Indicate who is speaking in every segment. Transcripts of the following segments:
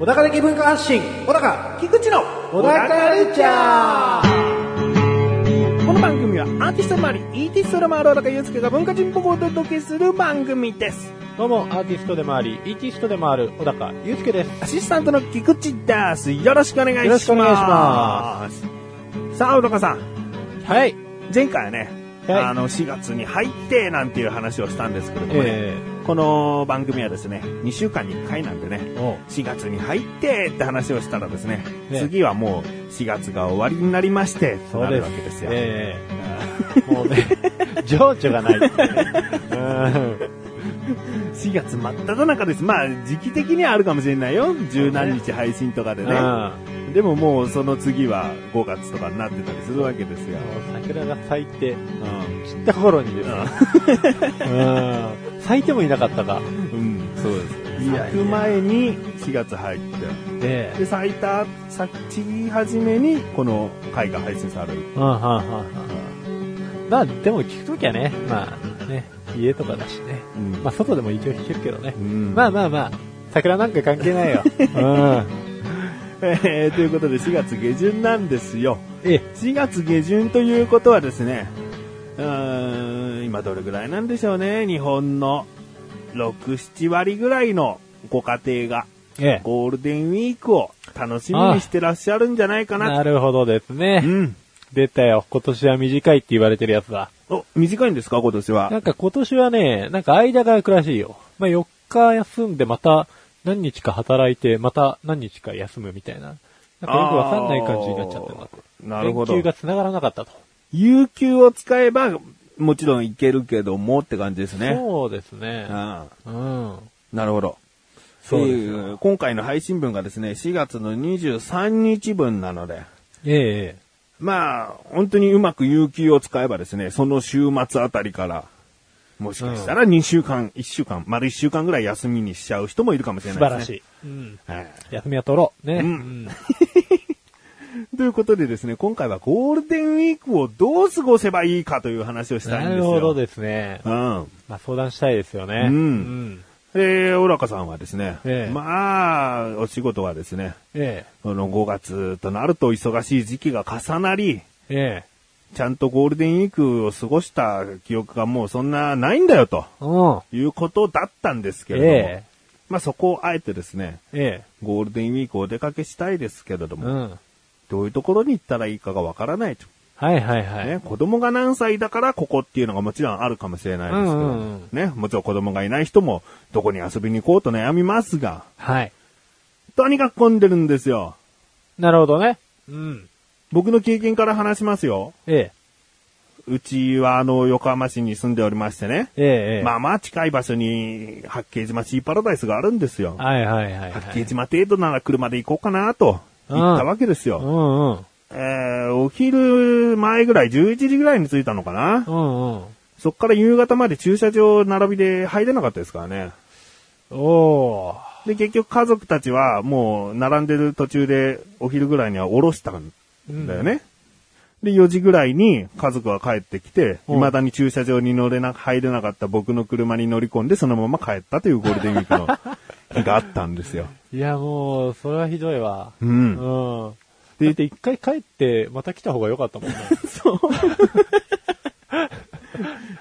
Speaker 1: 小高的文化発信小高菊池の小高ルチャー
Speaker 2: この番組はアーティストでもあり、イーティストでもある小高祐介が文化人っぽくお届けする番組です。
Speaker 1: どうもアーティストでもありイーティストでもある小高祐介です
Speaker 2: アシスタントの菊池です。よろしくお願いします。。
Speaker 1: よろしくお願いします
Speaker 2: さあ、小高さん、
Speaker 1: はい
Speaker 2: 前回はね、
Speaker 1: はい
Speaker 2: あの、4月に入って、なんていう話をしたんですけれどもね、
Speaker 1: え
Speaker 2: この番組はですね、2週間に1回なんでね、
Speaker 1: お
Speaker 2: 4月に入ってって話をしたらですね、
Speaker 1: ね
Speaker 2: 次はもう4月が終わりになりまして、となるわけですよ。
Speaker 1: ええも うね情緒がないっていうね
Speaker 2: 4月真っ只中です。まあ、時期的にはあるかもしれないよ。十何日配信とかで
Speaker 1: うん
Speaker 2: ね。でももうその次は5月とかになってたりするわけですよ。
Speaker 1: もう桜が咲いて
Speaker 2: うん
Speaker 1: 散った頃にですね うん咲いてもいなかったか
Speaker 2: うん。
Speaker 1: そうです
Speaker 2: 咲く前に4月入っ
Speaker 1: え
Speaker 2: て、で、咲いた、咲き始めにこの回が配信される。
Speaker 1: うんうんうんうんまあでも聞くときはね、まあね、家とかだしね、
Speaker 2: うん
Speaker 1: まあ外でも一応弾けるけどね
Speaker 2: う。ん
Speaker 1: まあまあまあ、桜なんか関係な いよ。うん。
Speaker 2: えーということで4月下旬なんですよ。
Speaker 1: ええ、
Speaker 2: 4月下旬ということはですね、うーん、今どれぐらいなんでしょうね、日本の6、7割ぐらいのご家庭が
Speaker 1: え
Speaker 2: ゴールデンウィークを楽しみにしてらっしゃるんじゃないか
Speaker 1: え。
Speaker 2: な。
Speaker 1: なるほどです
Speaker 2: う
Speaker 1: ね。
Speaker 2: ん。
Speaker 1: 出たよ。今年は短いって言われてるやつだ。
Speaker 2: お、短いんですか、今年は
Speaker 1: な。んか今年はね、なんか間が空くらしいよ。まあ4日休んでまた何日か働いて、また何日か休むみたいな。なんかよくわかんない感じになっちゃってます。
Speaker 2: あーなるほど
Speaker 1: 連休が繋がらなかったと。
Speaker 2: 有給を使えば、もちろんいけるけどもって感じですね。
Speaker 1: そうです
Speaker 2: う
Speaker 1: ね。
Speaker 2: ん
Speaker 1: うん。
Speaker 2: なるほど。
Speaker 1: そうです
Speaker 2: えー今回の配信分がですね、4月の23日分なので、
Speaker 1: ええ。
Speaker 2: まあ、本当にうまく有給を使えばですね、その週末あたりから、もしかしたら2週間、1週間、丸1週間ぐらい休みにしちゃう人もいるかもしれ
Speaker 1: 素
Speaker 2: ない
Speaker 1: 晴
Speaker 2: で
Speaker 1: ら
Speaker 2: す
Speaker 1: し
Speaker 2: ね。
Speaker 1: い。うん。
Speaker 2: 晴らしい。
Speaker 1: 休みは取ろう。ね。
Speaker 2: うん
Speaker 1: うん。
Speaker 2: ということでですね、今回はゴールデンウィークをどう過ごせばいいかという話をしたいんで
Speaker 1: な
Speaker 2: すよ。
Speaker 1: るほどですね。
Speaker 2: うん。
Speaker 1: まあ相談したいですよね。
Speaker 2: うん
Speaker 1: うん。
Speaker 2: えー、オラカさんはですね、
Speaker 1: ええ
Speaker 2: まあ、お仕事はですね、
Speaker 1: え
Speaker 2: この5月となると忙しい時期が重なり、
Speaker 1: え。ええ。
Speaker 2: ちゃんとゴールデンウィークを過ごした記憶がもうそんなないんだよと
Speaker 1: うん。
Speaker 2: いうことだったんですけれども、
Speaker 1: え
Speaker 2: まあそこをあえてですね、
Speaker 1: え。え
Speaker 2: ゴールデンウィークお出かけしたいですけれど
Speaker 1: え。
Speaker 2: も、
Speaker 1: うん。
Speaker 2: どういうところに行ったらいいかがわからないと。
Speaker 1: はいはいはい。
Speaker 2: ね、子供が何歳だからここっていうのがもちろんあるかもしれないですけど、
Speaker 1: うんうんうん
Speaker 2: ね、もちろん子供がいない人もどこに遊びに行こうと悩みますが、
Speaker 1: はい。
Speaker 2: とにかく混んでるんですよ。
Speaker 1: なるほどね。うん。
Speaker 2: 僕の経験から話しますよ。
Speaker 1: え
Speaker 2: うちはあの横浜市に住んでおりましてね
Speaker 1: え。。ええ。ええ。
Speaker 2: まあまあ近い場所に八景島シーパラダイスがあるんですよ。
Speaker 1: はいはいはいは
Speaker 2: 八
Speaker 1: い。
Speaker 2: 景島程度なら車で行こうかなと言ったわけです
Speaker 1: う
Speaker 2: よ。
Speaker 1: んうん。
Speaker 2: えー、お昼前ぐらい、11時ぐらいに着いたのかな
Speaker 1: う。んうん。
Speaker 2: そっから夕方まで駐車場並びで入れなかったですからね。
Speaker 1: おー。
Speaker 2: で、結局家族たちはもう並んでる途中でお昼ぐらいには降ろしたんだよね。で、4時ぐらいに家族は帰ってきて、
Speaker 1: うん
Speaker 2: 未だに駐車場に乗れな、入れなかった僕の車に乗り込んで、そのまま帰ったというゴールデンウィークの 日があったんですよ。
Speaker 1: いやもう、それはひどいわ。
Speaker 2: う。
Speaker 1: うんん。
Speaker 2: で
Speaker 1: だって一回帰って、また来た方が良かったもんね。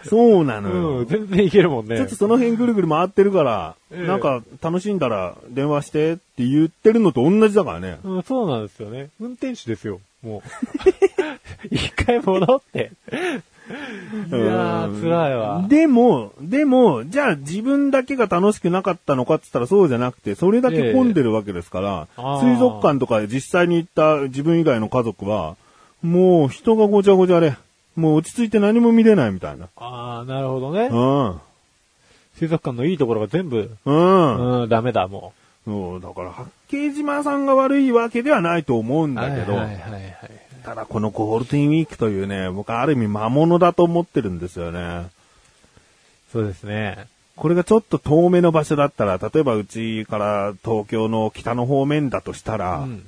Speaker 2: そうなのよ。
Speaker 1: うん。全然いけるもんね。
Speaker 2: ちょっとその辺ぐるぐる回ってるから、
Speaker 1: ええ
Speaker 2: なんか楽しんだら電話してって言ってるのと同じだからね。
Speaker 1: うん、そうなんですよね。運転手ですよ、も う。一回戻って。いや
Speaker 2: うん
Speaker 1: ー、辛いわ。
Speaker 2: でも、でも、じゃあ自分だけが楽しくなかったのかって言ったらそうじゃなくて、それだけ混んでるわけですから、
Speaker 1: ええあー
Speaker 2: 水族館とかで実際に行った自分以外の家族は、もう人がごちゃごちゃで、もう落ち着いて何も見れないみたいな。
Speaker 1: あー、なるほどね
Speaker 2: う。ん。
Speaker 1: 水族館のいいところが全部、
Speaker 2: うん。
Speaker 1: うん、ダメだ、も
Speaker 2: そう、だから、八景島さんが悪いわけではないと思うん
Speaker 1: う。
Speaker 2: だけど、
Speaker 1: はいはいはいはい。
Speaker 2: ただこのゴールデンウィークというね、僕はある意味魔物だと思ってるんですよね。
Speaker 1: そうですね。
Speaker 2: これがちょっと遠目の場所だったら、例えばうちから東京の北の方面だとした
Speaker 1: う
Speaker 2: ら、
Speaker 1: ん。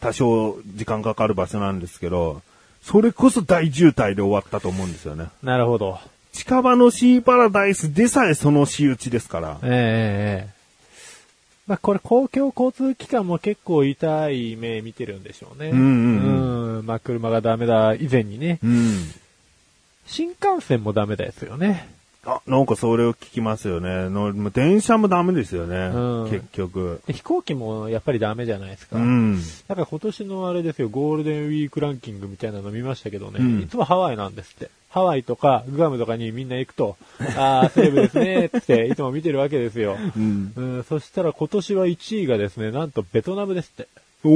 Speaker 2: 多少時間かかる場所なんですけど、それこそ大渋滞で終わったと思うんですよね。
Speaker 1: なるほど。
Speaker 2: 近場のシーパラダイスでさえその仕打ちですから
Speaker 1: え。えええええまあこれ公共交通機関も結構痛い目見てるんでしょうね。
Speaker 2: うんうん
Speaker 1: うんまあ車がダメだ以前にね。
Speaker 2: うん。
Speaker 1: 新幹線もダメですよね。
Speaker 2: あ、なんかそれを聞きますよね。のもう電車もダメですよね。
Speaker 1: うん
Speaker 2: 結局。
Speaker 1: で飛行機もやっぱりダメじゃないですか。
Speaker 2: うん。
Speaker 1: だから今年のあれですよ、ゴールデンウィークランキングみたいなの見ましたけどね、
Speaker 2: うん
Speaker 1: いつもハワイなんですって。ハワイとかグアムとかにみんな行くと、ああ、セレブですね、って いつも見てるわけですよ。
Speaker 2: うん。
Speaker 1: うん、そしたら今年は1位がですね、なんとベトナムですって。
Speaker 2: おお。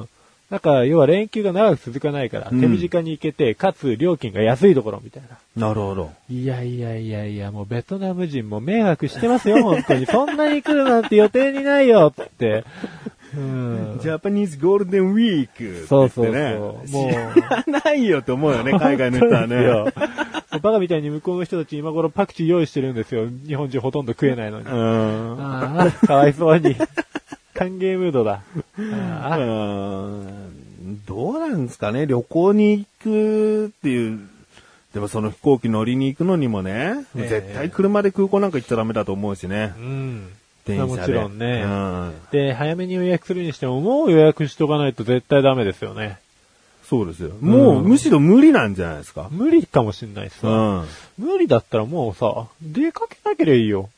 Speaker 1: うん。なんか、要は連休が長く続かないから、
Speaker 2: うん
Speaker 1: 手短に行けて、かつ料金が安いところみたいな。
Speaker 2: なるほど。
Speaker 1: いやいやいやいや、もうベトナム人も迷惑してます よ、本当に。そんなに来るなんて予定にないよ、つって。うん。
Speaker 2: ジャパニーズゴールデンウィーク
Speaker 1: そうそうそう
Speaker 2: って言
Speaker 1: も
Speaker 2: っ
Speaker 1: う
Speaker 2: てね。知らないよと思うよ ね、海外の人はね。
Speaker 1: 本当ですよもう バカみたいに向こうの人たち今頃パクチー用意してるんですよ。日本人ほとんど食えないのに。
Speaker 2: う
Speaker 1: あ
Speaker 2: ん。
Speaker 1: あ、 かわいそうに。歓迎ムードだ。ああ、
Speaker 2: うんどうなんですかね、旅行に行くっていう。でもその飛行機乗りに行くのにもね、
Speaker 1: ええ
Speaker 2: 絶対車で空港なんか行っちゃダメだと思うしね
Speaker 1: う。ん。
Speaker 2: 電車で。
Speaker 1: まあもちろんね
Speaker 2: うん。
Speaker 1: で、早めに予約するにしても、もう予約しとかないと絶対ダメですよね。
Speaker 2: そうですよ。もう、
Speaker 1: うん
Speaker 2: むしろ無理なんじゃないですか。
Speaker 1: 無理かもしんないっす
Speaker 2: う
Speaker 1: わ
Speaker 2: ん。
Speaker 1: 無理だったらもうさ、出かけなければいい よ。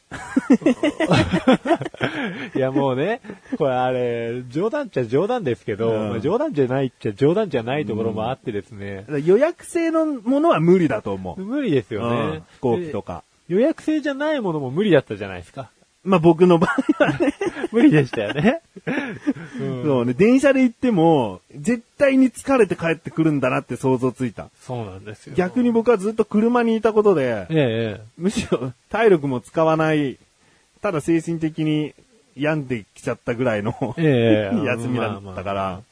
Speaker 1: いやもうね、これあれ、冗談っちゃ冗談ですけど、
Speaker 2: うん
Speaker 1: まあ冗談じゃないっちゃ冗談じゃないところもあってですね、
Speaker 2: 予約制のものは無理だと思う。
Speaker 1: 無理ですよ
Speaker 2: うん
Speaker 1: ね。
Speaker 2: 飛行機とか。
Speaker 1: で予約制じゃないものも無理だったじゃないです か。
Speaker 2: まあ僕の場合はね、
Speaker 1: 無理でしたよね。うん
Speaker 2: そうね、電車で行っても、絶対に疲れて帰ってくるんだなって想像ついた。
Speaker 1: そうなんですよ。
Speaker 2: 逆に僕はずっと車にいたことで、
Speaker 1: ええ、ええ。
Speaker 2: むしろ体力も使わない、ただ精神的に病んできちゃったぐらいの、
Speaker 1: え え
Speaker 2: 休みだったから、
Speaker 1: まあまあ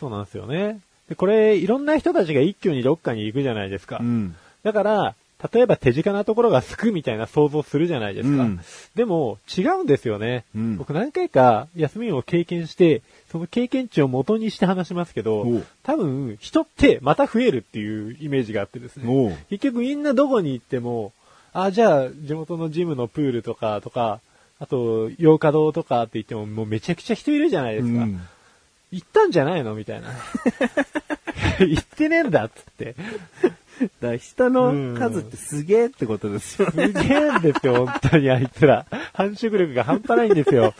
Speaker 1: そうなんですよね。で、これ、いろんな人たちが一挙にどっかに行くじゃないですか。
Speaker 2: うん。
Speaker 1: だから、例えば手近なところがすくみたいな想像するじゃないですか。
Speaker 2: うん
Speaker 1: でも、違うんですよね、
Speaker 2: うん
Speaker 1: 僕何回か休みを経験して、その経験値を元にして話しますけど
Speaker 2: おう、
Speaker 1: 多分、人ってまた増えるっていうイメージがあってです
Speaker 2: おう
Speaker 1: ね。結局みんなどこに行っても、あ、じゃあ、地元のジムのプールとか、とか、あと、洋華堂とかって言っても、もうめちゃくちゃ人いるじゃないですか。
Speaker 2: うん
Speaker 1: 行ったんじゃないの みたいな。行ってねえんだっつって。
Speaker 2: だから人の数ってすげえってことですよ
Speaker 1: す
Speaker 2: ね。
Speaker 1: げえんですよ、本当にあいつら。繁殖力が半端ないんですよ。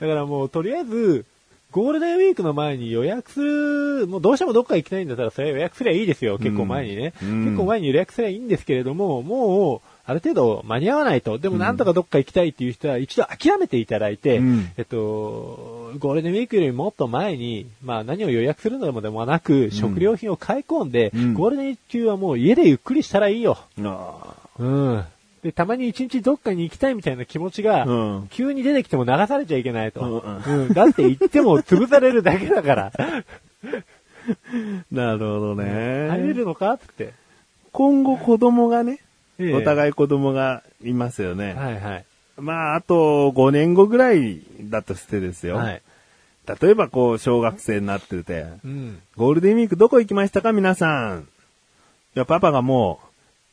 Speaker 1: だからもう、とりあえず、ゴールデンウィークの前に予約する、もうどうしてもどっか行きたいんだったら、それは予約すりゃいいですよ、結構前にね。
Speaker 2: うん
Speaker 1: 結構前に予約すりゃいいんですけれども、もう、ある程度間に合わないと。でもなんとかどっか行きたいっていう人は一度諦めていただいて、
Speaker 2: うん
Speaker 1: えっと、ゴールデンウィークよりもっと前に、まあ何を予約するのでもなく、食料品を買い込んで、
Speaker 2: うん
Speaker 1: ゴールデン中はもう家でゆっくりしたらいいよ。
Speaker 2: あ
Speaker 1: うん。で、たまに一日どっかに行きたいみたいな気持ち が、
Speaker 2: うん
Speaker 1: 急に出てきても流されちゃいけないと。
Speaker 2: う
Speaker 1: うんだって行っても潰されるだけ だから、
Speaker 2: ーなるほどね。
Speaker 1: 入れるのかって。
Speaker 2: 今後子供がね、
Speaker 1: ええ
Speaker 2: お互い子供がいますよね。
Speaker 1: はいはい。
Speaker 2: まあ、あと5年後ぐらいだとしてですよ。
Speaker 1: はい。
Speaker 2: 例えばこう、小学生になってて、
Speaker 1: うん。
Speaker 2: ゴールデンウィークどこ行きましたか皆さん。いや、パパがも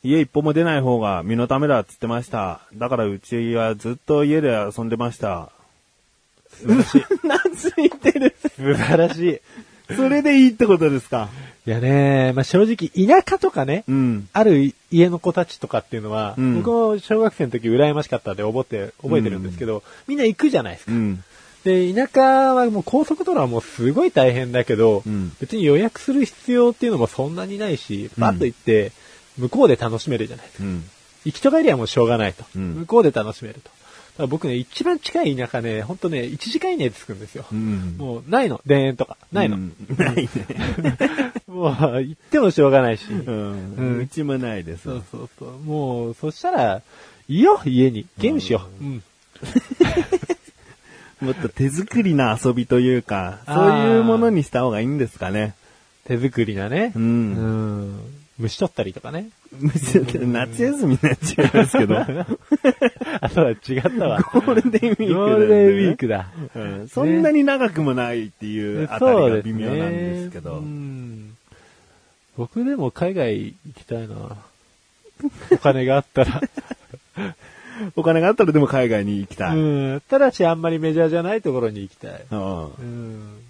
Speaker 2: う、家一歩も出ない方が身のためだっつってました。だからうちはずっと家で遊んでました。
Speaker 1: 素晴らしい。
Speaker 2: 夏言ってる。
Speaker 1: 素晴らしい。
Speaker 2: それでいいってことですか。
Speaker 1: いやね、まあ、正直、田舎とかね、
Speaker 2: うん。
Speaker 1: ある家の子たちとかっていうのは、
Speaker 2: うん
Speaker 1: 僕も小学生の時羨ましかったんで覚えて、覚えてるんですけど、みんな行くじゃないですか。
Speaker 2: うん。
Speaker 1: で、田舎はもう高速道路はもうすごい大変だけど、
Speaker 2: うん
Speaker 1: 別に予約する必要っていうのもそんなにないし、パッと行って、向こうで楽しめるじゃないですか。
Speaker 2: うん。
Speaker 1: 行きと帰りはもうしょうがないと。
Speaker 2: うん
Speaker 1: 向こうで楽しめると。だから僕ね、一番近い田舎ね、ほんとね、1時間以内で着くんですよ。
Speaker 2: うん。
Speaker 1: もうないの、田園とか。ないの。
Speaker 2: うんないね。
Speaker 1: もう行ってもしょうがないし。
Speaker 2: うん。うちもないです
Speaker 1: そ。うそうそう。もう、そしたら、いいよ、家に。ゲームしよう。うん。
Speaker 2: もっと手作りな遊びというか、
Speaker 1: あ
Speaker 2: そう
Speaker 1: ー
Speaker 2: いうものにした方がいいんですかね。
Speaker 1: 手作りなね。
Speaker 2: うん
Speaker 1: うん虫取ったりとかね。
Speaker 2: むしろ 夏休みになっちゃいますけど。
Speaker 1: あ、そうだ、違ったわ。
Speaker 2: ゴールデンウィーク、
Speaker 1: ゴールデンウィーク。だ。
Speaker 2: うん、そんなに長くもないっていうあたりが微妙なんですけど。
Speaker 1: うん僕でも海外行きたいな。お金があっ たら。
Speaker 2: お金があったらでも海外に行きたい。
Speaker 1: うん。ただしあんまりメジャーじゃないところに行きたい。
Speaker 2: うん
Speaker 1: うん。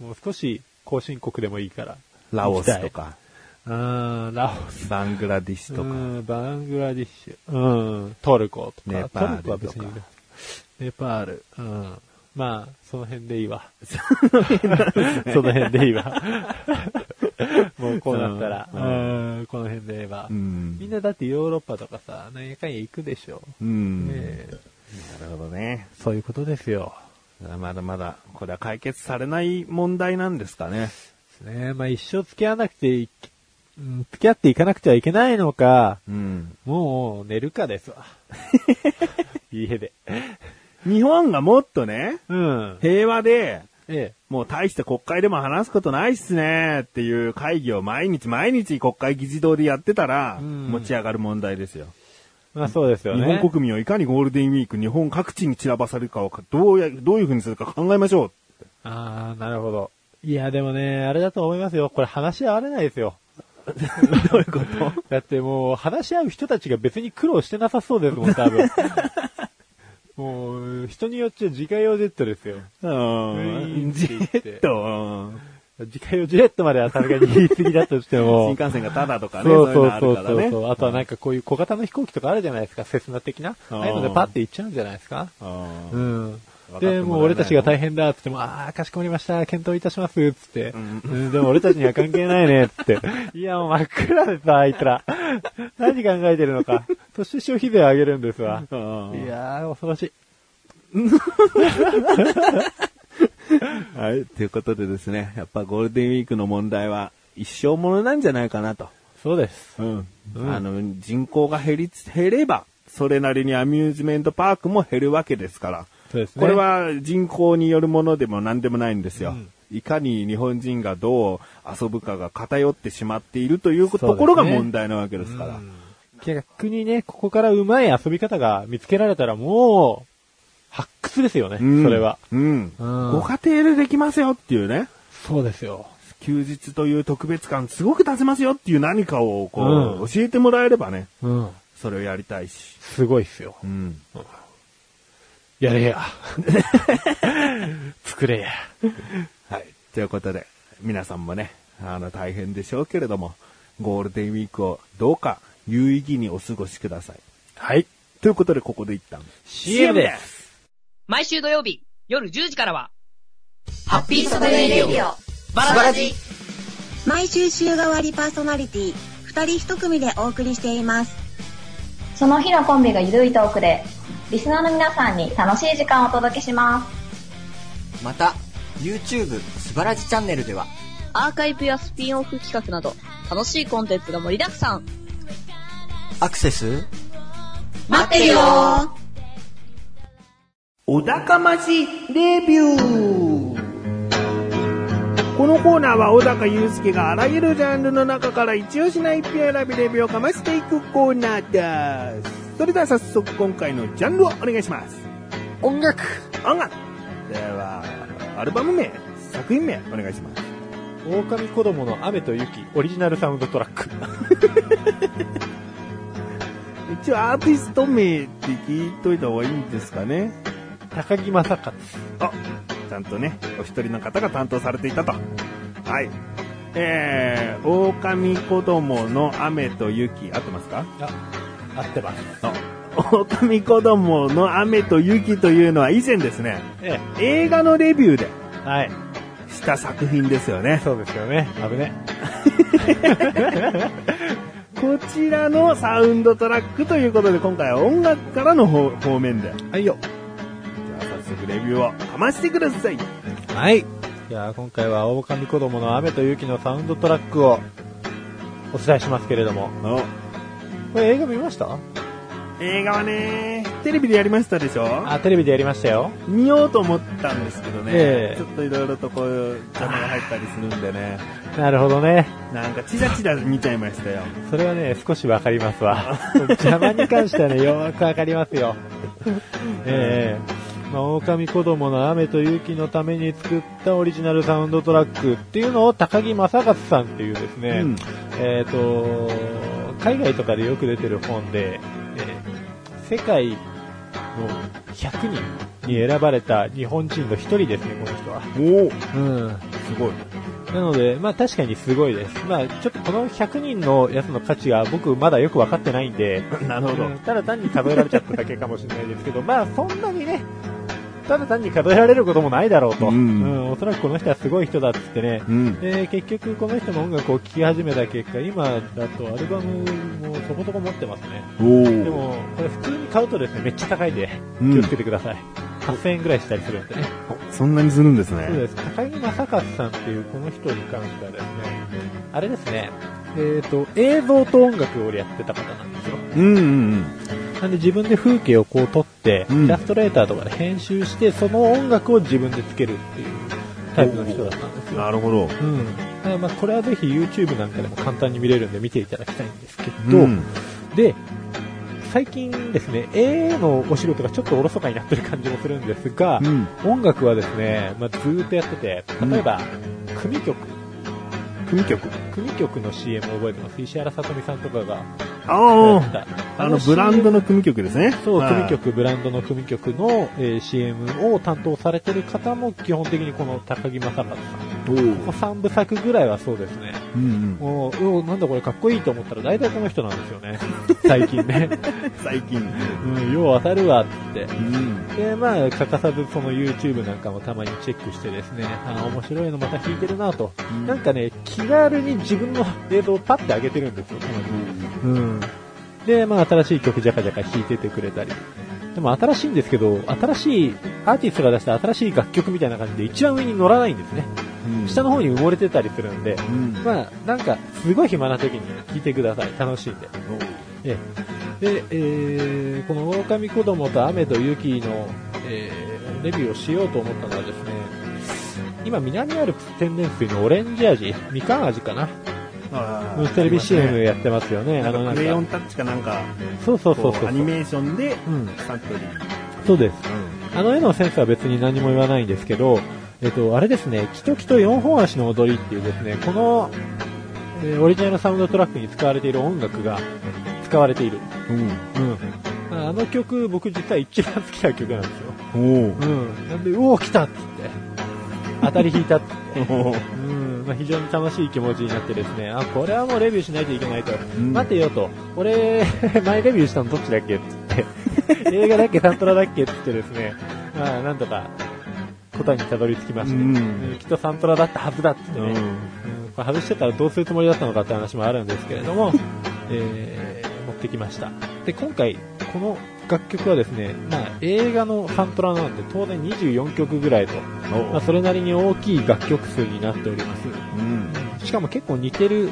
Speaker 1: もう少し後進国でもいいから。
Speaker 2: ラオスとか、
Speaker 1: うん、ラオス
Speaker 2: バングラディッシュと
Speaker 1: う
Speaker 2: か。
Speaker 1: ん、バングラディッシュ。うん、トルコとか。
Speaker 2: ネパール
Speaker 1: トルコは別にいいな
Speaker 2: と
Speaker 1: ネパール。うん。まあ、その辺でいいわ。その辺でい いわ。もうこうなったら、
Speaker 2: う
Speaker 1: うん、この辺でいいわ。
Speaker 2: うん
Speaker 1: みんなだってヨーロッパとかさ、何やかんや行くでしょ。
Speaker 2: うん。
Speaker 1: ね
Speaker 2: な
Speaker 1: え
Speaker 2: るほどね。
Speaker 1: そういうことですよ。
Speaker 2: まだまだ、これは解決されない問題なんですかね。
Speaker 1: ねまあ一生付き合わなくていき、うん付き合っていかなくてはいけないのか、
Speaker 2: うん。
Speaker 1: もう寝るかで すわ。家で。
Speaker 2: 日本がもっとね、
Speaker 1: うん。
Speaker 2: 平和で、
Speaker 1: ええ。
Speaker 2: もう大して国会でも話すことないっすねっていう会議を毎日毎日国会議事堂でやってたら、
Speaker 1: うん
Speaker 2: 持ち上がる問題ですよ。
Speaker 1: まあそうですよ
Speaker 2: 日
Speaker 1: ね。
Speaker 2: 本国民をいかにゴールデンウィーク日本各地に散らばされるかをかどうや、どういうふうにするか考えましょう。
Speaker 1: ああ、なるほど。いや、でもね、あれだと思いますよ。これ話し合われないですよ。
Speaker 2: どういうこと
Speaker 1: だってもう、話し合う人たちが別に苦労してなさそうですもん、多分。 もう、人によっちゃ自家用ジェットですよ。
Speaker 2: うん。ジェット。
Speaker 1: 自家用ジェットまではさすがに言い過ぎだとして
Speaker 2: 新
Speaker 1: も。
Speaker 2: 幹線がタダとかね、
Speaker 1: そ
Speaker 2: そ
Speaker 1: う
Speaker 2: う
Speaker 1: そ
Speaker 2: いう
Speaker 1: う
Speaker 2: のあ
Speaker 1: そ
Speaker 2: る
Speaker 1: う
Speaker 2: から
Speaker 1: そう
Speaker 2: ね。
Speaker 1: そう。あとはなんかこういう小型の飛行機とかあるじゃないですか、セスナ的な。
Speaker 2: あー
Speaker 1: ああいうのでパッて行っちゃうんじゃないですか。
Speaker 2: うん
Speaker 1: うん。
Speaker 2: 分かってもらえない
Speaker 1: で、
Speaker 2: の
Speaker 1: もう俺たちが大変だっつっても、ああ、かしこまりました、検討いたします、つって。
Speaker 2: ん
Speaker 1: うん、でも俺たちには関係ないね、つって。 いや、もう真っ暗でさ、あいつら。 何考えてるのか。そして消費税上げるんですわ。い
Speaker 2: うん
Speaker 1: やー、恐ろしい。
Speaker 2: はい。ということでですね、やっぱゴールデンウィークの問題は一生ものなんじゃないかなと。
Speaker 1: そうです。
Speaker 2: うん。
Speaker 1: うん
Speaker 2: あの、人口が減りつ、減れば、それなりにアミューズメントパークも減るわけですから。
Speaker 1: そうですね。
Speaker 2: これ、は人口によるものでも何でもないんですよ。
Speaker 1: うん
Speaker 2: いかに日本人がどう遊ぶかが偏ってしまっているというとこ
Speaker 1: そ
Speaker 2: ろ
Speaker 1: うで
Speaker 2: が
Speaker 1: すね
Speaker 2: 問題なわけですから。
Speaker 1: 逆にね、ここからうまい遊び方が見つけられたらもう、発掘ですよね、
Speaker 2: うん
Speaker 1: それは。
Speaker 2: うん。
Speaker 1: うん
Speaker 2: ご家庭でできますよっていうね。
Speaker 1: そうですよ。
Speaker 2: 休日という特別感すごく出せますよっていう何かをこう、
Speaker 1: うん
Speaker 2: 教えてもらえればね、
Speaker 1: うん。
Speaker 2: それをやりたいし。
Speaker 1: すごいっすよ。
Speaker 2: うん。
Speaker 1: やれ や。 作れや。
Speaker 2: はい。ということで、皆さんもね、あの大変でしょうけれども、ゴールデンウィークをどうか有意義にお過ごしください。
Speaker 1: はい。
Speaker 2: ということで、ここで一旦。
Speaker 1: CM です
Speaker 3: 毎週土曜日夜10時からは、
Speaker 4: ハッピーサタデーレディオ。
Speaker 3: バ
Speaker 4: 素晴らしい。
Speaker 5: 毎週週替わりパーソナリティ2人1組でお送りしています
Speaker 6: その日のコンビがゆるいトークで、リスナーの皆さんに楽しい時間をお届けします。
Speaker 4: また、YouTube 素晴らじチャンネルでは、
Speaker 3: アーカイブやスピンオフ企画など、楽しいコンテンツが盛りだくさん。
Speaker 4: アクセス
Speaker 5: 待ってるよ
Speaker 2: お高ましレビューこのコーナーは小高祐介があらゆるジャンルの中から一押しな一品選びレビューをかましていくコーナーですそれでは早速今回のジャンルをお願いします
Speaker 4: 音楽
Speaker 2: 音楽ではアルバム名作品名お願いします
Speaker 1: 狼子供の雨と雪、オリジナルサウンドトラック。
Speaker 2: 一応アーティスト名って聞いといた方がいいんですかね
Speaker 1: 高木正勝。
Speaker 2: あ、ちゃんとね、お一人の方が担当されていたと。はい。えー、狼子供の雨と雪、合ってますか
Speaker 1: あ、合ってます。
Speaker 2: あ、狼子供の雨と雪というのは以前ですね、
Speaker 1: え
Speaker 2: 映画のレビューで
Speaker 1: え。はい。
Speaker 2: した作品ですよね。
Speaker 1: そうですよね。危ね。
Speaker 2: こちらのサウンドトラックということで、今回は音楽からの方方面で。じ
Speaker 1: はいよ。
Speaker 2: ゃあ早速レビューをかましてください。
Speaker 1: はい。じゃあ今回は狼子供の雨と雪のサウンドトラックをお伝えしますけれども。
Speaker 2: お
Speaker 1: これ映画見ました
Speaker 2: 映画はね、テレビでやりましたでしょ
Speaker 1: あ、テレビでやりましたよ。
Speaker 2: 見ようと思ったんですけどね、
Speaker 1: ええ
Speaker 2: ちょっといろいろとこう邪魔が入ったりするんでね、
Speaker 1: なるほどね。
Speaker 2: なんかチラチラ見ちゃいましたよ。
Speaker 1: それはね、少しわかり ますわ。邪魔に関してはね、よーくわかりますよ。ええまあ、狼子供の雨と雪のために作ったオリジナルサウンドトラックっていうのを高木正勝さんっていうですね、
Speaker 2: うん
Speaker 1: えっ、と、海外とかでよく出てる本で、えー世界の100人に選ばれた日本人の一人ですね、この人は。
Speaker 2: おお
Speaker 1: うん。
Speaker 2: すごい。
Speaker 1: なので、まあ確かにすごいです。まあちょっとこの100人のやつの価値が僕まだよく分かってないんで、
Speaker 2: なるほど
Speaker 1: うんただ単に数えられちゃっただけかもしれないですけど、まあそんなにね、ただ単に数えられることもないだろうと。
Speaker 2: う
Speaker 1: うんん、おそらくこの人はすごい人だっつってね。
Speaker 2: うん。
Speaker 1: で、結局この人の音楽を聴き始めた結果、今だとアルバムもそこそこ持ってますね。
Speaker 2: お
Speaker 1: で
Speaker 2: お。
Speaker 1: も、これ普通に買うとですね、めっちゃ高いんで、
Speaker 2: うん
Speaker 1: 気をつけてください。8000円ぐらいしたりするんでね。
Speaker 2: そんなにするんですね。
Speaker 1: そうです。高木正和さんっていうこの人に関してはですね、あれですね、えっ、と、映像と音楽をやってた方なんですよ。
Speaker 2: うんうん
Speaker 1: なんで自分で風景をこう撮って、
Speaker 2: うん
Speaker 1: イラストレーターとかで編集して、その音楽を自分でつけるっていうタイプの人だったんです
Speaker 2: うん。
Speaker 1: よ。
Speaker 2: なるほど。
Speaker 1: うん。だからまあこれはぜひ YouTube なんかでも簡単に見れるんで見ていただきたいんですけど、
Speaker 2: うん
Speaker 1: で、最近ですね、AA のお仕事がちょっとおろそかになってる感じもするんですが、
Speaker 2: うん。
Speaker 1: 音楽はですね、まあ、ずーっとやってて、例えば、組曲、
Speaker 2: 組曲。
Speaker 1: 組曲の CM を覚えてます。石原さとみさんとかがやっ
Speaker 2: あ
Speaker 1: て
Speaker 2: あ。
Speaker 1: た。
Speaker 2: あの、ブランド
Speaker 1: の CM
Speaker 2: の組曲ですね。
Speaker 1: そう、
Speaker 2: はい
Speaker 1: 組。曲、ブランドの組曲の、えー CM を担当されてる方も基本的にこの高木正和さん。
Speaker 2: おお。
Speaker 1: こ3部作ぐらいはそうですね。
Speaker 2: うんうん。
Speaker 1: もう、うおなんだこれかっこいいと思ったら大体この人なんですよね。 最近ね。
Speaker 2: 最近。
Speaker 1: うん、よう当たるわ、って。
Speaker 2: うん。
Speaker 1: で、まあ、欠かさずその YouTube なんかもたまにチェックしてですね、あ面白いのまた弾いてるなと、
Speaker 2: うん
Speaker 1: なんかね、気軽に自分の映像をパッて上げてるんですよ、彼女うん。で、まあ、新しい曲ジャカジャカ弾いててくれたり。でも新しいんですけど、新しい、アーティストが出した新しい楽曲みたいな感じで一番上に乗らないんですね。
Speaker 2: うん
Speaker 1: 下の方に埋もれてたりするんで、
Speaker 2: うん。
Speaker 1: まあ、なんか、すごい暇な時に聴いてください。楽しいんで。ええで、えーこの狼子供と雨と雪の、えーレビューをしようと思ったのはですね、今、南アルプス天然水のオレンジ味、みかん味かな、
Speaker 2: あー
Speaker 1: フジテレビ CM やってますよね。
Speaker 2: な
Speaker 1: あの
Speaker 2: ん
Speaker 1: な
Speaker 2: か
Speaker 1: ん
Speaker 2: クレヨン
Speaker 1: か、
Speaker 2: タッチかなんか、
Speaker 1: そうそうそう
Speaker 2: こ
Speaker 1: そうう。
Speaker 2: アニメーションで、
Speaker 1: うん、
Speaker 2: サントリー。
Speaker 1: そうです。
Speaker 2: うん。
Speaker 1: あの絵のセンスは別に何も言わないんですけど、えっと、あれですね、キトキト4本足の踊りっていうですね、この、えーオリジナルサウンドトラックに使われている音楽が使われている。うん。あの曲、僕実は一番好きな曲なんですよ。
Speaker 2: お
Speaker 1: うん。なんで、うおー、来たっつって。当たり引いたっつって。
Speaker 2: お。
Speaker 1: うん。まあ、非常に楽しい気持ちになってですね、あ、これはもうレビューしないといけないと。
Speaker 2: ん
Speaker 1: 待てよと。俺、 前レビューしたのどっちだっけっつ って。映画だっけサントラだっけっつってですね、まあ、なんとか、答えにたどり着きまして、
Speaker 2: うん
Speaker 1: うんきっとサントラだったはずだっつってね。うんこれ外してたらどうするつもりだったのかって話もあるんですけれども、えー持ってきました。で、今回、この楽曲はですね、まあ、映画のサントラなんで当然24曲ぐらいと、まあ、それなりに大きい楽曲数になっております。
Speaker 2: うん。
Speaker 1: しかも結構似てる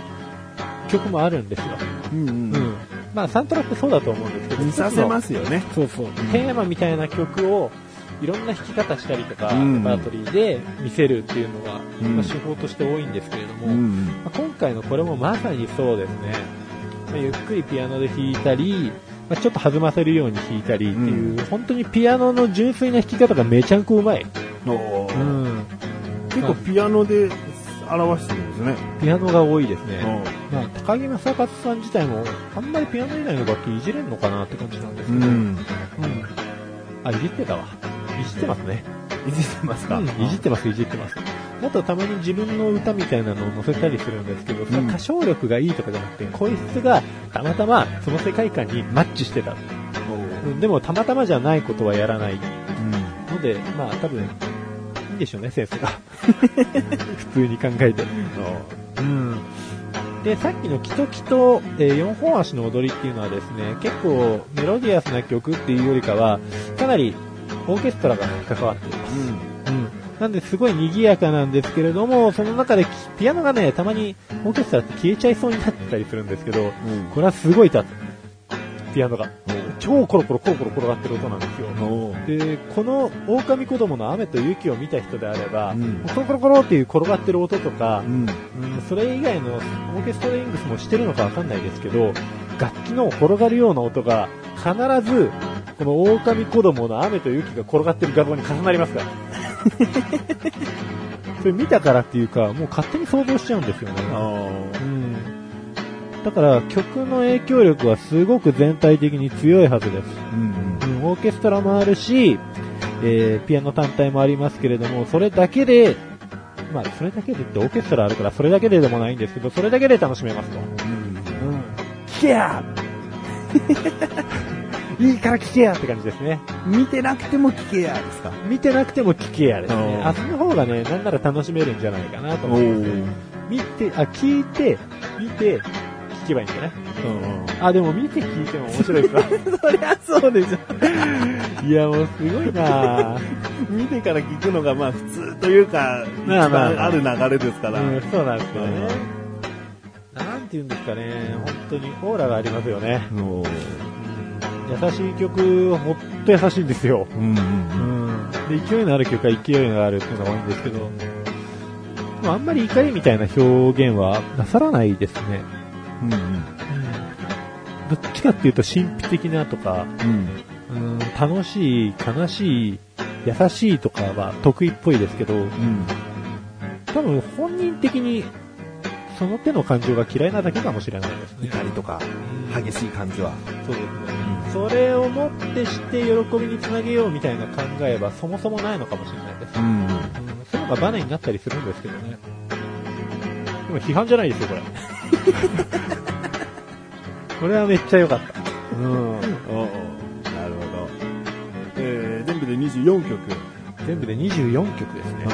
Speaker 1: 曲もあるんですよ。
Speaker 2: うんうん。
Speaker 1: まあ、サントラってそうだと思うんですけど、。
Speaker 2: 見させますすよね。
Speaker 1: そうそう。テーマみたいな曲を、いろんな弾き方したりとか、レパ
Speaker 2: うん
Speaker 1: ートリーで見せるっていうのが、
Speaker 2: うん
Speaker 1: まあ手法として多いんですけれども、
Speaker 2: ん。
Speaker 1: まあ今回のこれもまさにそうですね、まあゆっくりピアノで弾いたり、まあちょっと弾ませるように弾いたりっていう、本当にピアノの純粋な弾き方がめちゃんこうまい、
Speaker 2: おー
Speaker 1: ん、
Speaker 2: 結構ピアノで表してるんですね。
Speaker 1: ピアノが多いですね、まあ、高木正和さん自体もあんまりピアノ以外の楽器いじれるのかなって感じなんですけど、
Speaker 2: ん。
Speaker 1: あいじってたわいじってますね、
Speaker 2: いじってますか
Speaker 1: いじってますいじってますあとたまに自分の歌みたいなのを載せたりするんですけど、それは歌唱力がいいとかじゃなくて声質がたまたまその世界観にマッチしてたうんでもたまたまじゃないことはやらないので、まあ多分、いいんでしょうね、センスが。普通に考えて。うん。で、さっきのキトキト、え4本足の踊りっていうのはですね、結構メロディアスな曲っていうよりかは、かなりオーケストラが関わっています。うん。なんで、すごい賑やかなんですけれども、その中できピアノがね、たまにオーケストラって消えちゃいそうになってたりするんですけど、
Speaker 2: うん。
Speaker 1: これはすごい立つ。ピアノが。超コロコロコロコロ転がってる音なんですよ。
Speaker 2: おー
Speaker 1: で、この狼子供の雨と雪を見た人であれば、
Speaker 2: うん
Speaker 1: コロコロコロっていう転がってる音とか、
Speaker 2: ん。
Speaker 1: うんそれ以外のオーケストリングスもしてるのかわかんないですけど、楽器の転がるような音が必ずこの狼子供の雨と雪が転がってる画像に重なりますから。それ見たからっていうか、もう勝手に想像しちゃうんですよね。うん。だから曲の影響力はすごく全体的に強いはずです。
Speaker 2: うん
Speaker 1: うんオーケストラもあるし、えーピアノ単体もありますけれども、それだけで、まあ、それだけでってオーケストラあるから、それだけででもないんですけど、それだけで楽しめますと。うん。聞けや いいから聞けやって感じですね。
Speaker 2: 見てなくても聞けやですか。
Speaker 1: 見てなくても聞けやですね。
Speaker 2: おー
Speaker 1: あっちの方がね、なんなら楽しめるんじゃないかなと思います。見て、あ、聞いて、見て、聞けばいいんじゃないあ、でも見て聞いても面白いか。
Speaker 2: そりゃそうでしょ。
Speaker 1: いや、もうすごいなぁ。
Speaker 2: 見てから聞くのがまあ普通というか、一
Speaker 1: まあまあ
Speaker 2: 番ある流れですから。
Speaker 1: うん、そうなんですよね。なんて言うんですかね、本当にオーラがありますよね。
Speaker 2: おー
Speaker 1: 優しい曲、ほんと優しいんですよ。
Speaker 2: うんうんうん
Speaker 1: うん。で、勢いのある曲は勢いのあるっていうのが多いんですけど、でもあんまり怒りみたいな表現はなさらないですね。
Speaker 2: うん
Speaker 1: どっちかっていうと神秘的なとか、
Speaker 2: うん
Speaker 1: うん、楽しい、悲しい、優しいとかは得意っぽいですけど、
Speaker 2: うん
Speaker 1: 多分本人的にその手の感情が嫌いなだけかもしれないですね。
Speaker 2: 怒りとか激しい感じは。
Speaker 1: そうですね。それをもってして喜びにつなげようみたいな考えはそもそもないのかもしれないです。
Speaker 2: ん
Speaker 1: うん、そういうのがバネになったりするんですけどね。でも批判じゃないですよ、こ れ。これはめっちゃ良かった。うん。
Speaker 2: おーなるほど。えー全部で24曲。
Speaker 1: 全部で24曲ですね。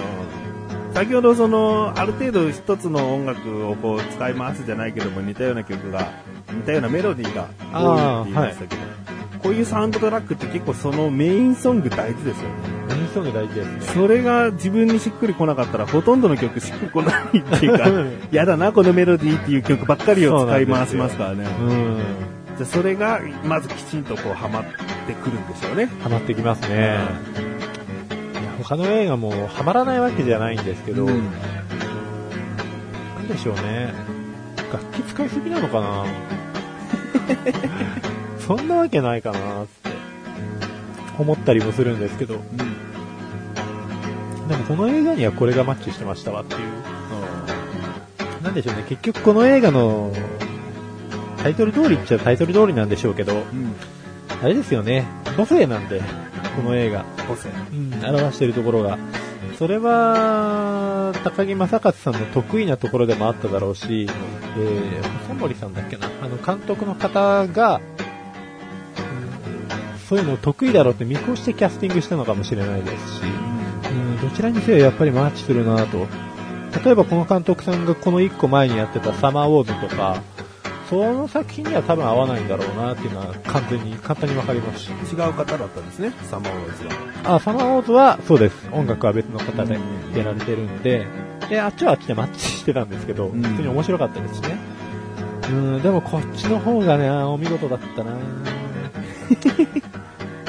Speaker 2: 先ほどその、ある程度一つの音楽をこう使い回すじゃないけども、似たような曲が、似たようなメロディーが多いって言いましたけど、こういうサウンドトラックって結構そのメインソング大事ですよね。
Speaker 1: メインソング大事ですね。、
Speaker 2: それが自分にしっくり来なかったら、ほとんどの曲しっくり来ないっていうか
Speaker 1: うん
Speaker 2: やだな、このメロディーっていう曲ばっかりを使い回しますからね。
Speaker 1: うん。
Speaker 2: じゃあそれが、まずきちんとこう、ハマってくるんでしょうね。
Speaker 1: ハマってきますね。いや他の映画もハマらないわけじゃないんですけど、なんでしょうね。楽器使いすぎなのかなそんなわけないかなって思ったりもするんですけど、でもこの映画にはこれがマッチしてましたわっていう。なんでしょうね。結局この映画のタイトル通りっちゃタイトル通りなんでしょうけど、あれですよね。母性なんで、この映画。
Speaker 2: 個性。
Speaker 1: うん、表してるところが。それは、高木正和さんの得意なところでもあっただろうし、えー、細森さんだっけな、あの、監督の方が、うんそういうの得意だろうって見越してキャスティングしたのかもしれないですし、うん、どちらにせよやっぱりマッチするなと。例えばこの監督さんがこの1個前にやってたサマーウォーズとか、その作品には多分合わないんだろうなっていうのは完全に簡単にわかりますし。
Speaker 2: 違う方だったんですね、サマーウォーズは。
Speaker 1: あ、サマーウォーズは、そうです。音楽は別の方でやられてるんで、で、あっちはあっちでマッチしてたんですけど、
Speaker 2: うん
Speaker 1: 普通に面白かったですしね。うん、でもこっちの方がね、お見事だったな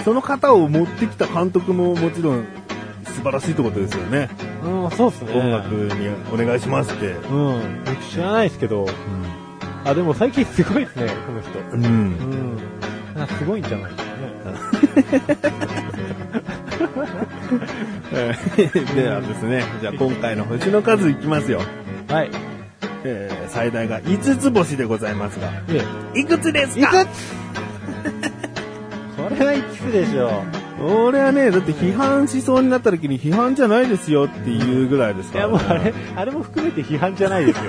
Speaker 2: その方を持ってきた監督ももちろん素晴らしいってことですよね。
Speaker 1: うん、そうっすね。
Speaker 2: 音楽にお願いしますって。
Speaker 1: うん、よく知らないですけど、あ、でも最近すごいですね、この人。
Speaker 2: うん。
Speaker 1: うん。あすごいんじゃないかな。
Speaker 2: ではですね、じゃあ今回の星の数いきますよ。
Speaker 1: はい。
Speaker 2: えー、最大が5つ星でございますが、
Speaker 1: で、
Speaker 2: いくつです
Speaker 1: いく
Speaker 2: か
Speaker 1: つこれはいくつでしょう。
Speaker 2: 俺はね、だって批判しそうになった時に批判じゃないですよっていうぐらいです
Speaker 1: い
Speaker 2: か
Speaker 1: や、
Speaker 2: ら、
Speaker 1: もうあれ、あれも含めて批判じゃ ないですよ。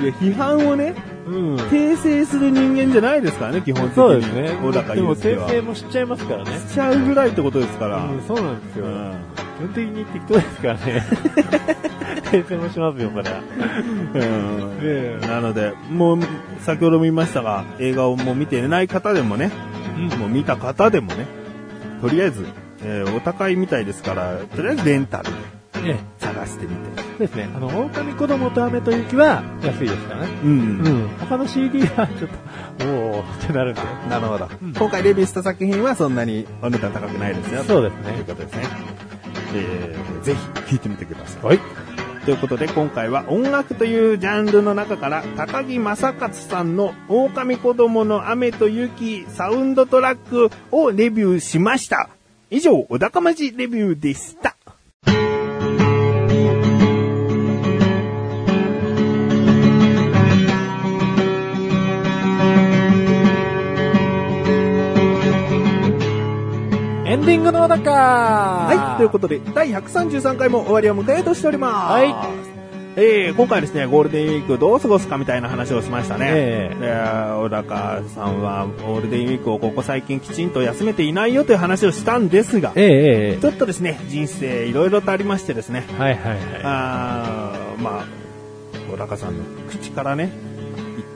Speaker 2: いや批判をね、
Speaker 1: うん。
Speaker 2: 訂正する人間じゃないですからね、基本的に。
Speaker 1: そうですね。
Speaker 2: 小高
Speaker 1: で
Speaker 2: 祐
Speaker 1: も
Speaker 2: 介
Speaker 1: 訂
Speaker 2: は。
Speaker 1: 正もしちゃいますからね。
Speaker 2: しちゃうぐらいってことですから。
Speaker 1: うん、そうなんですよ。
Speaker 2: うん
Speaker 1: 基本的に適当ですから ね。訂正もしますよ、これは。
Speaker 2: うんなので、もう、先ほども言いましたが、映画をもう見てない方でもね、もう見た方でもね、とりあえず、えーお高いみたいですから、とりあえずレンタルで
Speaker 1: え
Speaker 2: 探してみて。
Speaker 1: え、ですね。あの、狼子供と雨と雪は安いですからね。
Speaker 2: うん。
Speaker 1: ん。他の CD はちょっと、おーってなるんで。
Speaker 2: なるほど、今回レビューした作品はそんなにお値段高くないですよ。
Speaker 1: そうです
Speaker 2: という
Speaker 1: ね。
Speaker 2: ことですね。えーぜひ、聞いてみてください。
Speaker 1: はい。
Speaker 2: ということで今回は音楽というジャンルの中から高木正勝さんの「狼子供の雨と雪」サウンドトラックをレビューしました。以上、小高まじレビューでした。
Speaker 1: エンディングの中は
Speaker 2: はい、ということで、第133回も終わりを迎えようとしております。
Speaker 1: はい
Speaker 2: えー、今回ですね、ゴールデンウィークどう過ごすかみたいな話をしましたね。
Speaker 1: ええ
Speaker 2: えー小高さんはゴールデンウィークをここ最近きちんと休めていないよという話をしたんですが、
Speaker 1: ええええ
Speaker 2: ちょっとですね、人生いろいろとありましてですね、
Speaker 1: はいはいはい。
Speaker 2: あーまあ、小高さんの口からね、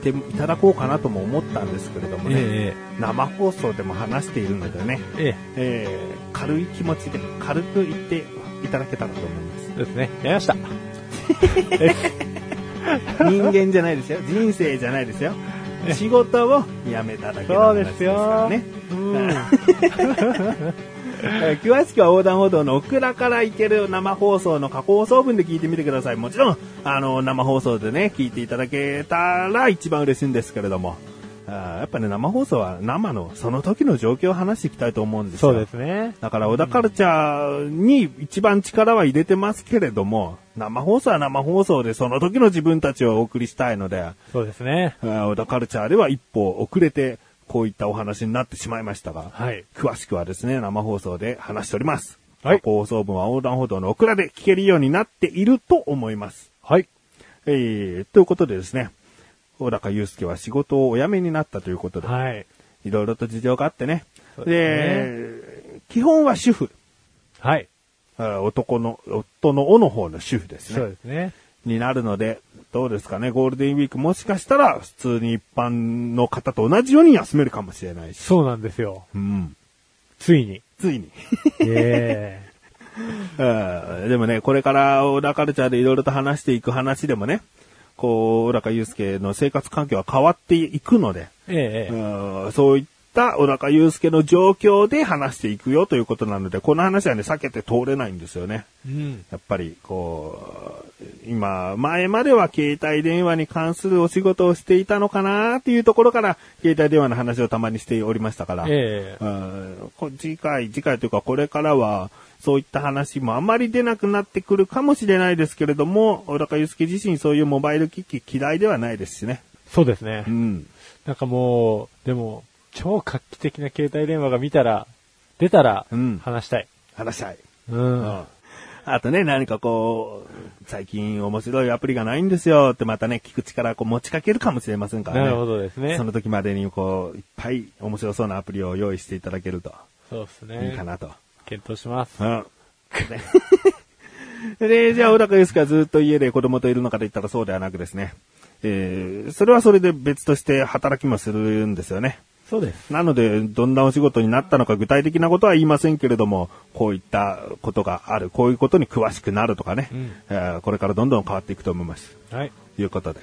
Speaker 2: 言っていただこうかなとも思ったんですけれどもね、
Speaker 1: え
Speaker 2: 生放送でも話しているのでね、
Speaker 1: えええ
Speaker 2: えー軽い気持ちで軽く言っていただけたらと思います。
Speaker 1: そうですね。やりました。
Speaker 2: 人間じゃないですよ。人生じゃないですよ。仕事を辞めただけの
Speaker 1: そう
Speaker 2: 話
Speaker 1: で
Speaker 2: です
Speaker 1: す
Speaker 2: から
Speaker 1: よ。
Speaker 2: ね。
Speaker 1: うん。
Speaker 2: えー詳しくは横断歩道のオクラから行ける生放送の加工総分で聞いてみてください。もちろん、あの、生放送でね、聞いていただけたら一番嬉しいんですけれども。あーやっぱね、生放送は生の、その時の状況を話していきたいと思うんですよ。
Speaker 1: そうですね。
Speaker 2: だから、小田カルチャーに一番力は入れてますけれども、生放送は生放送でその時の自分たちをお送りしたいので、
Speaker 1: そうですね。
Speaker 2: あー小田カルチャーでは一歩遅れて、こういったお話になってしまいましたが、
Speaker 1: はい。
Speaker 2: 詳しくはですね、生放送で話しております。
Speaker 1: はい
Speaker 2: 放送分は横断歩道のオクラで聞けるようになっていると思います。
Speaker 1: はい。
Speaker 2: えー、ということでですね、小高祐介は仕事をお辞めになったということで、
Speaker 1: はい。
Speaker 2: いろいろと事情があってね。
Speaker 1: そう
Speaker 2: で基本は主婦。
Speaker 1: はい。
Speaker 2: あ男の、夫の尾の方の主婦です
Speaker 1: そう
Speaker 2: ね。
Speaker 1: ですね。
Speaker 2: になるので、どうですかね、ゴールデンウィークもしかしたら普通に一般の方と同じように休めるかもしれないし。
Speaker 1: そうなんですよ。
Speaker 2: うん。
Speaker 1: ついに。
Speaker 2: ついに。
Speaker 1: ええ
Speaker 2: うんでもね、これから小田カルチャーでいろいろと話していく話でもね、こう、小高祐介の生活環境は変わっていくので、
Speaker 1: ええ
Speaker 2: うんそういった小高祐介の状況で話していくよということなので、この話はね、避けて通れないんですよね。
Speaker 1: うん。
Speaker 2: やっぱり、こう、今、前までは携帯電話に関するお仕事をしていたのかなっていうところから、携帯電話の話をたまにしておりましたから、
Speaker 1: ええ
Speaker 2: うんこ次回、次回というかこれからは、そういった話もあまり出なくなってくるかもしれないですけれども、小高祐介自身そういうモバイル機器嫌いではないですしね。
Speaker 1: そうですね
Speaker 2: う。ん。
Speaker 1: なんかもう、でも、超画期的な携帯電話が見たら、出たら
Speaker 2: うん、
Speaker 1: 話したい。
Speaker 2: 話したい。
Speaker 1: うん。
Speaker 2: うんあとね、何かこう、最近面白いアプリがないんですよってまたね、聞く力こう持ちかけるかもしれませんからね。
Speaker 1: なるほどですね
Speaker 2: そ。の時までにこう、いっぱい面白そうなアプリを用意していただけると
Speaker 1: そうですね。
Speaker 2: いいかなと。
Speaker 1: 検討します。
Speaker 2: うん。 で、じゃあ、小高祐介はずっと家で子供といるのかと言ったらそうではなくですね。えー、それはそれで別として働きもするんですよね。
Speaker 1: そうです。
Speaker 2: なので、どんなお仕事になったのか具体的なことは言いませんけれども、こういったことがある、こういうことに詳しくなるとかね、
Speaker 1: うん
Speaker 2: えーこれからどんどん変わっていくと思います。
Speaker 1: はい。
Speaker 2: ということで。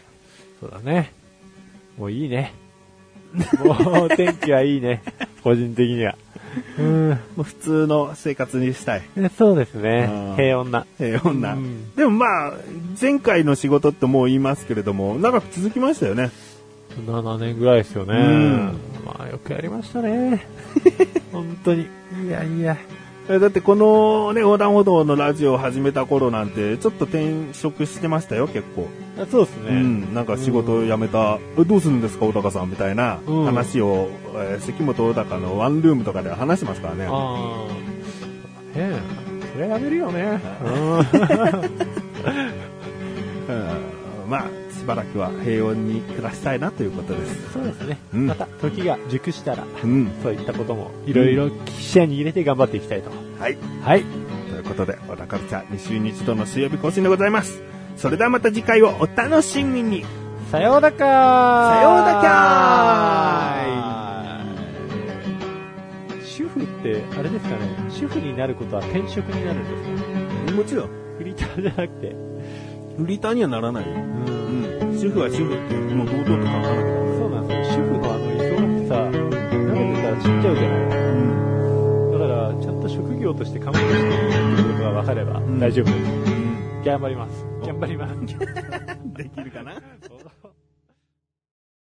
Speaker 1: そうだね。もういいね。もう天気はいい ね。個人的には。うん。
Speaker 2: もう普通の生活にしたい。
Speaker 1: えそうですね
Speaker 2: うん。
Speaker 1: 平穏な。
Speaker 2: えー、女、
Speaker 1: うん
Speaker 2: でもまあ、前回の仕事ってもう言いますけれども、長く続きましたよね。
Speaker 1: 7年ぐらいですよね。
Speaker 2: ん
Speaker 1: まあよくやりましたね。 本当に。いやいや。
Speaker 2: えだってこのね、横断歩道のラジオを始めた頃なんて、ちょっと転職してましたよ、結構。
Speaker 1: あそうです
Speaker 2: う
Speaker 1: ね。
Speaker 2: ん、なんか仕事辞めた、えどうするんですか、小高さんみたいな
Speaker 1: うん
Speaker 2: 話を、えー関本小高のワンルームとかで話しますからね。
Speaker 1: ああ。ねえ。それやめるよね。
Speaker 2: うんまあ、しばらくは平穏に暮らしたいなということです。
Speaker 1: そうですね。
Speaker 2: うん
Speaker 1: また時が熟したら、
Speaker 2: うん。
Speaker 1: そういったこともいろいろ視野に入れて頑張っていきたいと。
Speaker 2: はい。
Speaker 1: はい。
Speaker 2: ということで、小田カルチャー2週に一度の水曜日更新でございます。それではまた次回をお楽しみに。
Speaker 1: さようだか
Speaker 2: さようだ
Speaker 1: か主婦って、あれですかね、主婦になることは転職になるんですか
Speaker 2: もちろん、
Speaker 1: フリーターじゃなくて。
Speaker 2: フリーターにはならないよ。
Speaker 1: うん。
Speaker 2: うん。主婦は主婦って、もう堂々と書かなきゃ
Speaker 1: そうなんですよ。主婦のあの居候ってさ、慣れてたら死んじゃうじゃないだから、ちゃんと職業としてカウントしていいっていうことが分かれば
Speaker 2: ん
Speaker 1: 大丈夫です。頑張ります。
Speaker 2: OK
Speaker 1: 頑
Speaker 2: 頑張ります。
Speaker 1: できるかな
Speaker 2: そう